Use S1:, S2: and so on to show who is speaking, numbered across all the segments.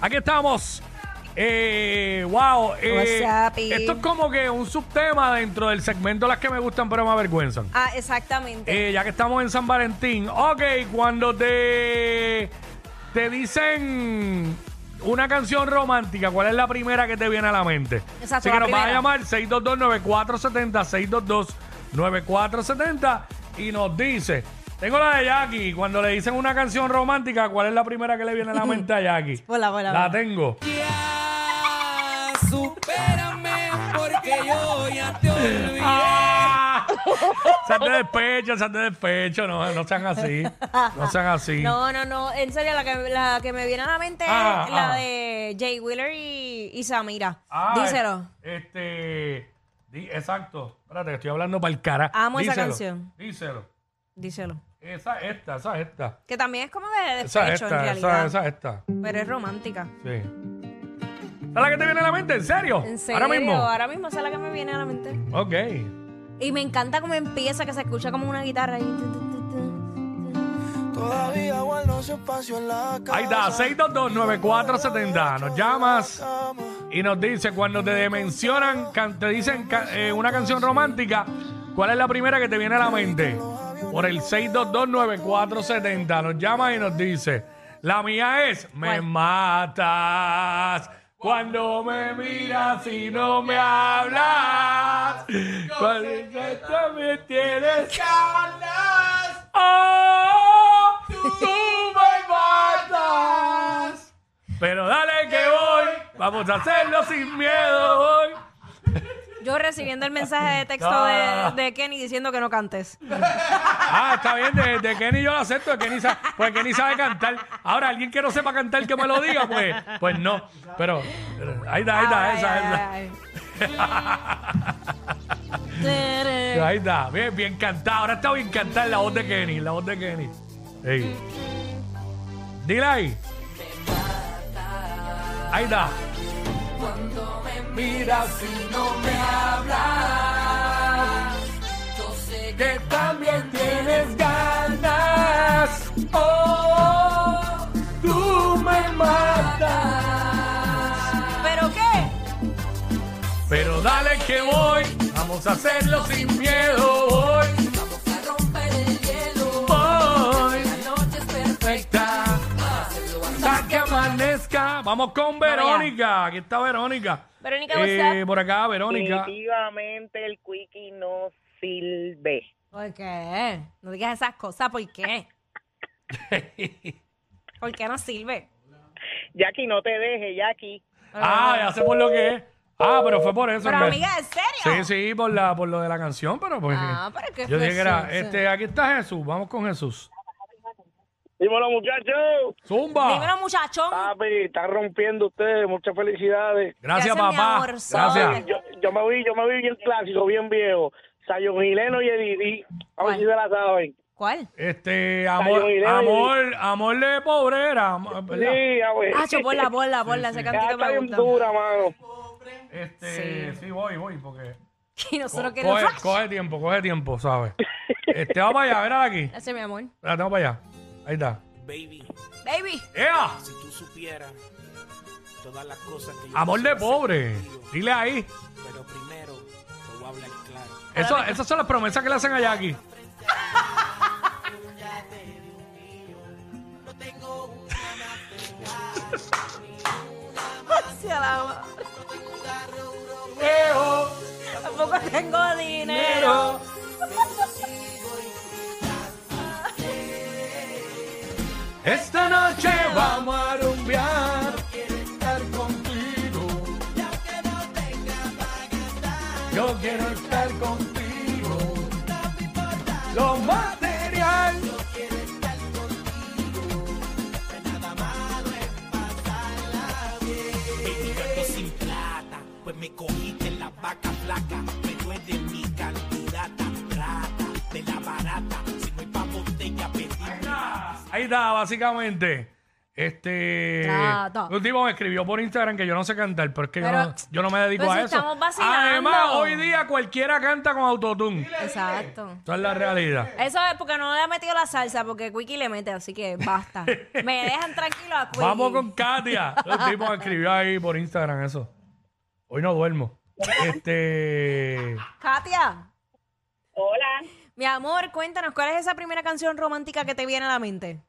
S1: Aquí estamos. Eh, wow. eh,
S2: What's up, y-
S1: esto es como que un subtema dentro del segmento Las que me gustan pero me avergüenzan.
S2: Ah, exactamente.
S1: Eh, ya que estamos en San Valentín. Ok, cuando te, te dicen una canción romántica, ¿cuál es la primera que te viene a la mente?
S2: Exacto,
S1: Así
S2: la
S1: que nos vas a
S2: primera.
S1: llamar 622-9470, 622-9470 y nos dice, tengo la de Jackie, cuando le dicen una canción romántica, ¿cuál es la primera que le viene a la mente a Jackie?
S2: Hola, hola,
S1: La
S2: hola.
S1: tengo.
S3: Ya, supérame porque yo ya te olvidé.
S1: ¡Ah! Salte del pecho, salte del pecho, no, no sean así, no sean así.
S2: No, no, no. En serio, la que, la que me viene a la mente
S1: Ah,
S2: es la
S1: ah.
S2: de Jay Wheeler y, y Samira.
S1: Ah,
S2: Díselo.
S1: Este. di- exacto. Espérate, que estoy hablando para el cara.
S2: Amo esa
S1: Díselo,
S2: canción.
S1: Díselo.
S2: Díselo.
S1: Esa, esta, esa, esta.
S2: Que también es como de
S1: Esa,
S2: despecho, en
S1: esta,
S2: realidad.
S1: esa, esa, esta.
S2: Pero es romántica.
S1: Sí. ¿Esa es la que te viene a la mente? ¿En serio?
S2: En serio,
S1: Ahora mismo.
S2: ahora mismo esa es la que me viene a la mente.
S1: Ok.
S2: Y me encanta cómo empieza, que se escucha como una guitarra. ahí. Tu, tu, tu, tu.
S4: Todavía guardo su espacio en la casa.
S1: Ahí está, 6229470. Nos llamas y nos dice cuando te mencionan, can- te dicen ca- eh, una canción romántica, ¿cuál es la primera que te viene a la mente? Por el 6229470. Nos llamas y nos dice, la mía es, me
S2: ¿Cuál?
S1: matas. Cuando me miras y no me hablas, cuando tú me tienes ganas, oh, tú me matas. Pero dale que voy, vamos a hacerlo sin miedo hoy.
S2: Yo recibiendo el mensaje de texto
S1: Ah.
S2: de, de Kenny diciendo que no cantes.
S1: Ah, está bien, de, de Kenny yo lo acepto, de Kenny sa- pues Kenny sabe cantar. Ahora, alguien que no sepa cantar que me lo diga, pues, pues no. Pero, eh, ahí está, ahí está,
S2: Ay,
S1: esa,
S2: ay,
S1: esa.
S2: ay, ay.
S1: Ahí está, bien, bien cantada. Ahora está bien cantada la voz de Kenny, la voz de Kenny. Ey. Dile ahí. Ahí está.
S3: Mira si no me hablas. Yo sé que también tienes ganas. Oh, tú me matas.
S2: ¿Pero qué?
S1: Pero dale que voy, vamos a hacerlo sin miedo hoy.
S3: Vamos a romper el hielo.
S1: Hoy,
S3: La noche es perfecta.
S1: hasta que amanezca. Vamos con Verónica. Aquí está Verónica.
S2: Verónica,
S1: Eh,
S2: what's up?
S1: por acá, Verónica.
S5: Definitivamente el quickie no sirve.
S2: ¿Por qué? No digas esas cosas, ¿por qué? ¿Por qué no sirve?
S5: Jackie, no te deje, Jackie.
S1: ah, ya sé por lo que es. Ah, pero fue por eso.
S2: Pero
S1: en vez-
S2: amiga, ¿en
S1: Sí,
S2: serio?
S1: sí, por, la, por lo de la canción, pero pues.
S2: Ah, pero qué
S1: Yo dije que era,
S2: flexible.
S1: este, aquí está Jesús, vamos con Jesús.
S5: Dímelo, muchachos.
S1: Zumba.
S2: Dímelo, muchachón.
S5: Papi, están rompiendo ustedes. Muchas felicidades.
S1: Gracias,
S2: Gracias, mi
S1: papá.
S2: amor,
S1: Gracias.
S2: sol.
S5: Yo, yo me vi, yo me vi bien clásico, bien viejo. Sayón Gileno y Edidí. A ver
S2: ¿Cuál?
S5: si se la saben.
S2: ¿Cuál?
S1: Este, amor,
S5: Ay, yo, mira,
S1: amor, amor de pobrera. am- ¿verdad?
S5: Sí, a ver.
S2: Ah, yo por la bola, por la, ese
S5: Ya
S2: cantito
S5: está
S2: me
S5: bien
S2: gusta.
S5: dura, mano.
S1: Este, sí. voy, voy, porque.
S2: Y nosotros queremos
S1: Coge,
S2: flash.
S1: coge tiempo, coge tiempo, ¿sabes? Este, vamos para allá, verá aquí.
S2: Gracias, mi amor.
S1: La tengo para allá. Ahí está.
S6: Baby,
S2: Baby.
S1: ¡Ea!
S6: si tú supieras todas las cosas que yo
S1: Amor de
S6: quisiera hacer
S1: pobre.
S6: contigo,
S1: Dile ahí.
S6: pero primero te voy a hablar claro.
S1: Eso, esas son las promesas que le hacen a Jackie.
S2: Hacia la... Tampoco tengo dinero.
S1: Pero. Esta noche vamos a rumbear. Quiero estar contigo. Yo quiero estar contigo. Lo material.
S6: pues flaca, flaca, pero es de mi candidata. Trata de la barata, si no hay pa' botella, pedí.
S1: Ahí está, básicamente. Este.
S2: Trata.
S1: Un tipo me escribió por Instagram que yo no sé cantar, pero es que yo,
S2: Pero-
S1: no, yo no me dedico
S2: pero
S1: a
S2: Pues
S1: eso.
S2: si estamos vacilando.
S1: Además, hoy día cualquiera canta con autotune.
S2: Exacto.
S1: Esa es la realidad.
S2: Eso es porque no le ha metido la salsa, porque Quickie le mete, así que basta. Me dejan tranquilo a Quickie.
S1: Vamos con Katia. El tipo me escribió ahí por Instagram eso. Hoy no duermo. Este.
S2: Katia,
S7: Hola,
S2: mi amor, cuéntanos, ¿cuál es esa primera canción romántica que te viene a la mente?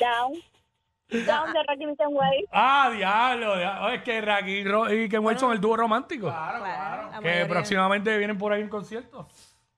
S7: Down. Down de Rocky Mountain Way.
S1: Ah, diablo. diablo. Es que Raquel y Ro- y Ken White son el dúo romántico.
S2: Claro, la
S1: que
S2: mayoría.
S1: próximamente vienen por ahí un concierto.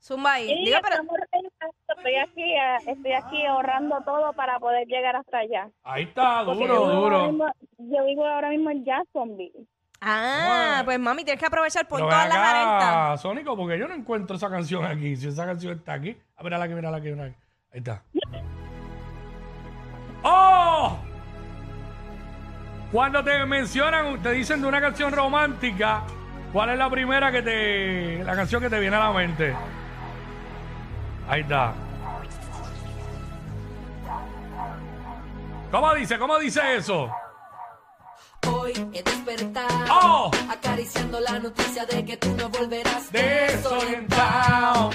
S2: Zumba ahí.
S7: Y
S2: Digo, pero
S7: estamos reunidos. estoy aquí, eh, estoy aquí ahorrando todo para poder llegar hasta allá.
S1: Ahí está, duro,
S7: Porque yo vivo ahora
S1: duro.
S7: mismo- yo vivo ahora mismo en Jacksonville.
S2: Ah, pues mami, tienes que aprovechar por
S1: Pero
S2: todas
S1: ven
S2: las alertas.
S1: acá, Sónico, porque yo no encuentro esa canción aquí. Si esa canción está aquí. Ah, mira la que, mira la que, mira la que. Ahí está. ¡Oh! Cuando te mencionan, te dicen de una canción romántica, ¿cuál es la primera que te. la canción que te viene a la mente? Ahí está. ¿Cómo dice? ¿Cómo dice eso?
S3: Hoy he despertado
S1: ¡Oh!
S3: acariciando la noticia de que tú no volverás
S1: Desorientado.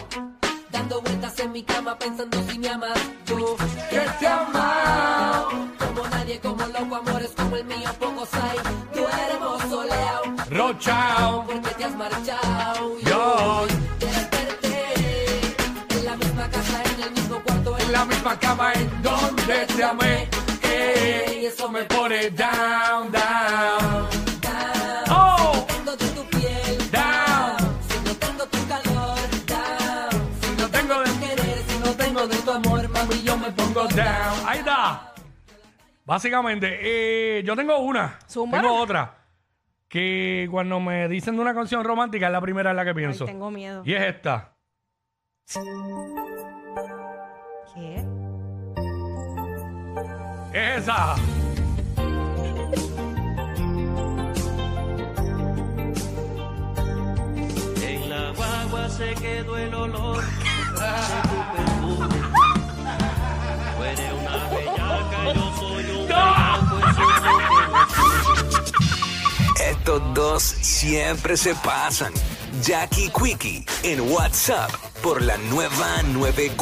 S3: Dando vueltas en mi cama pensando si me amas Yo que te amado Como nadie, como loco, amores como el mío Pocos hay, tú eres soleado
S1: Rochao.
S3: Porque te has marchado Y
S1: Yo.
S3: hoy te desperté En la misma casa, en el mismo cuarto En la
S1: misma cama en donde te amé.
S3: Ey, eso me
S1: pone down, down.
S3: cama
S1: Oh,
S3: Siendo de tu piel
S1: Down.
S3: Si no tengo tu calor Down Si
S1: no tengo de
S3: no querer, si no tengo de tu amor Mami, yo me pongo down
S1: down. Ahí está. Básicamente, eh, yo tengo una.
S2: Zumba.
S1: Tengo otra. Que cuando me dicen de una canción romántica es la primera en la que
S2: Ay,
S1: pienso.
S2: tengo miedo.
S1: Y es esta.
S2: ¿Qué?
S1: Es esa.
S8: En la guagua se quedó el olor de tu perfume. Tú eres una bellaca, yo soy un bellaco, eso es lo que yo soy.
S9: Estos dos siempre se pasan. Jackie Quickie en WhatsApp por la nueva 94.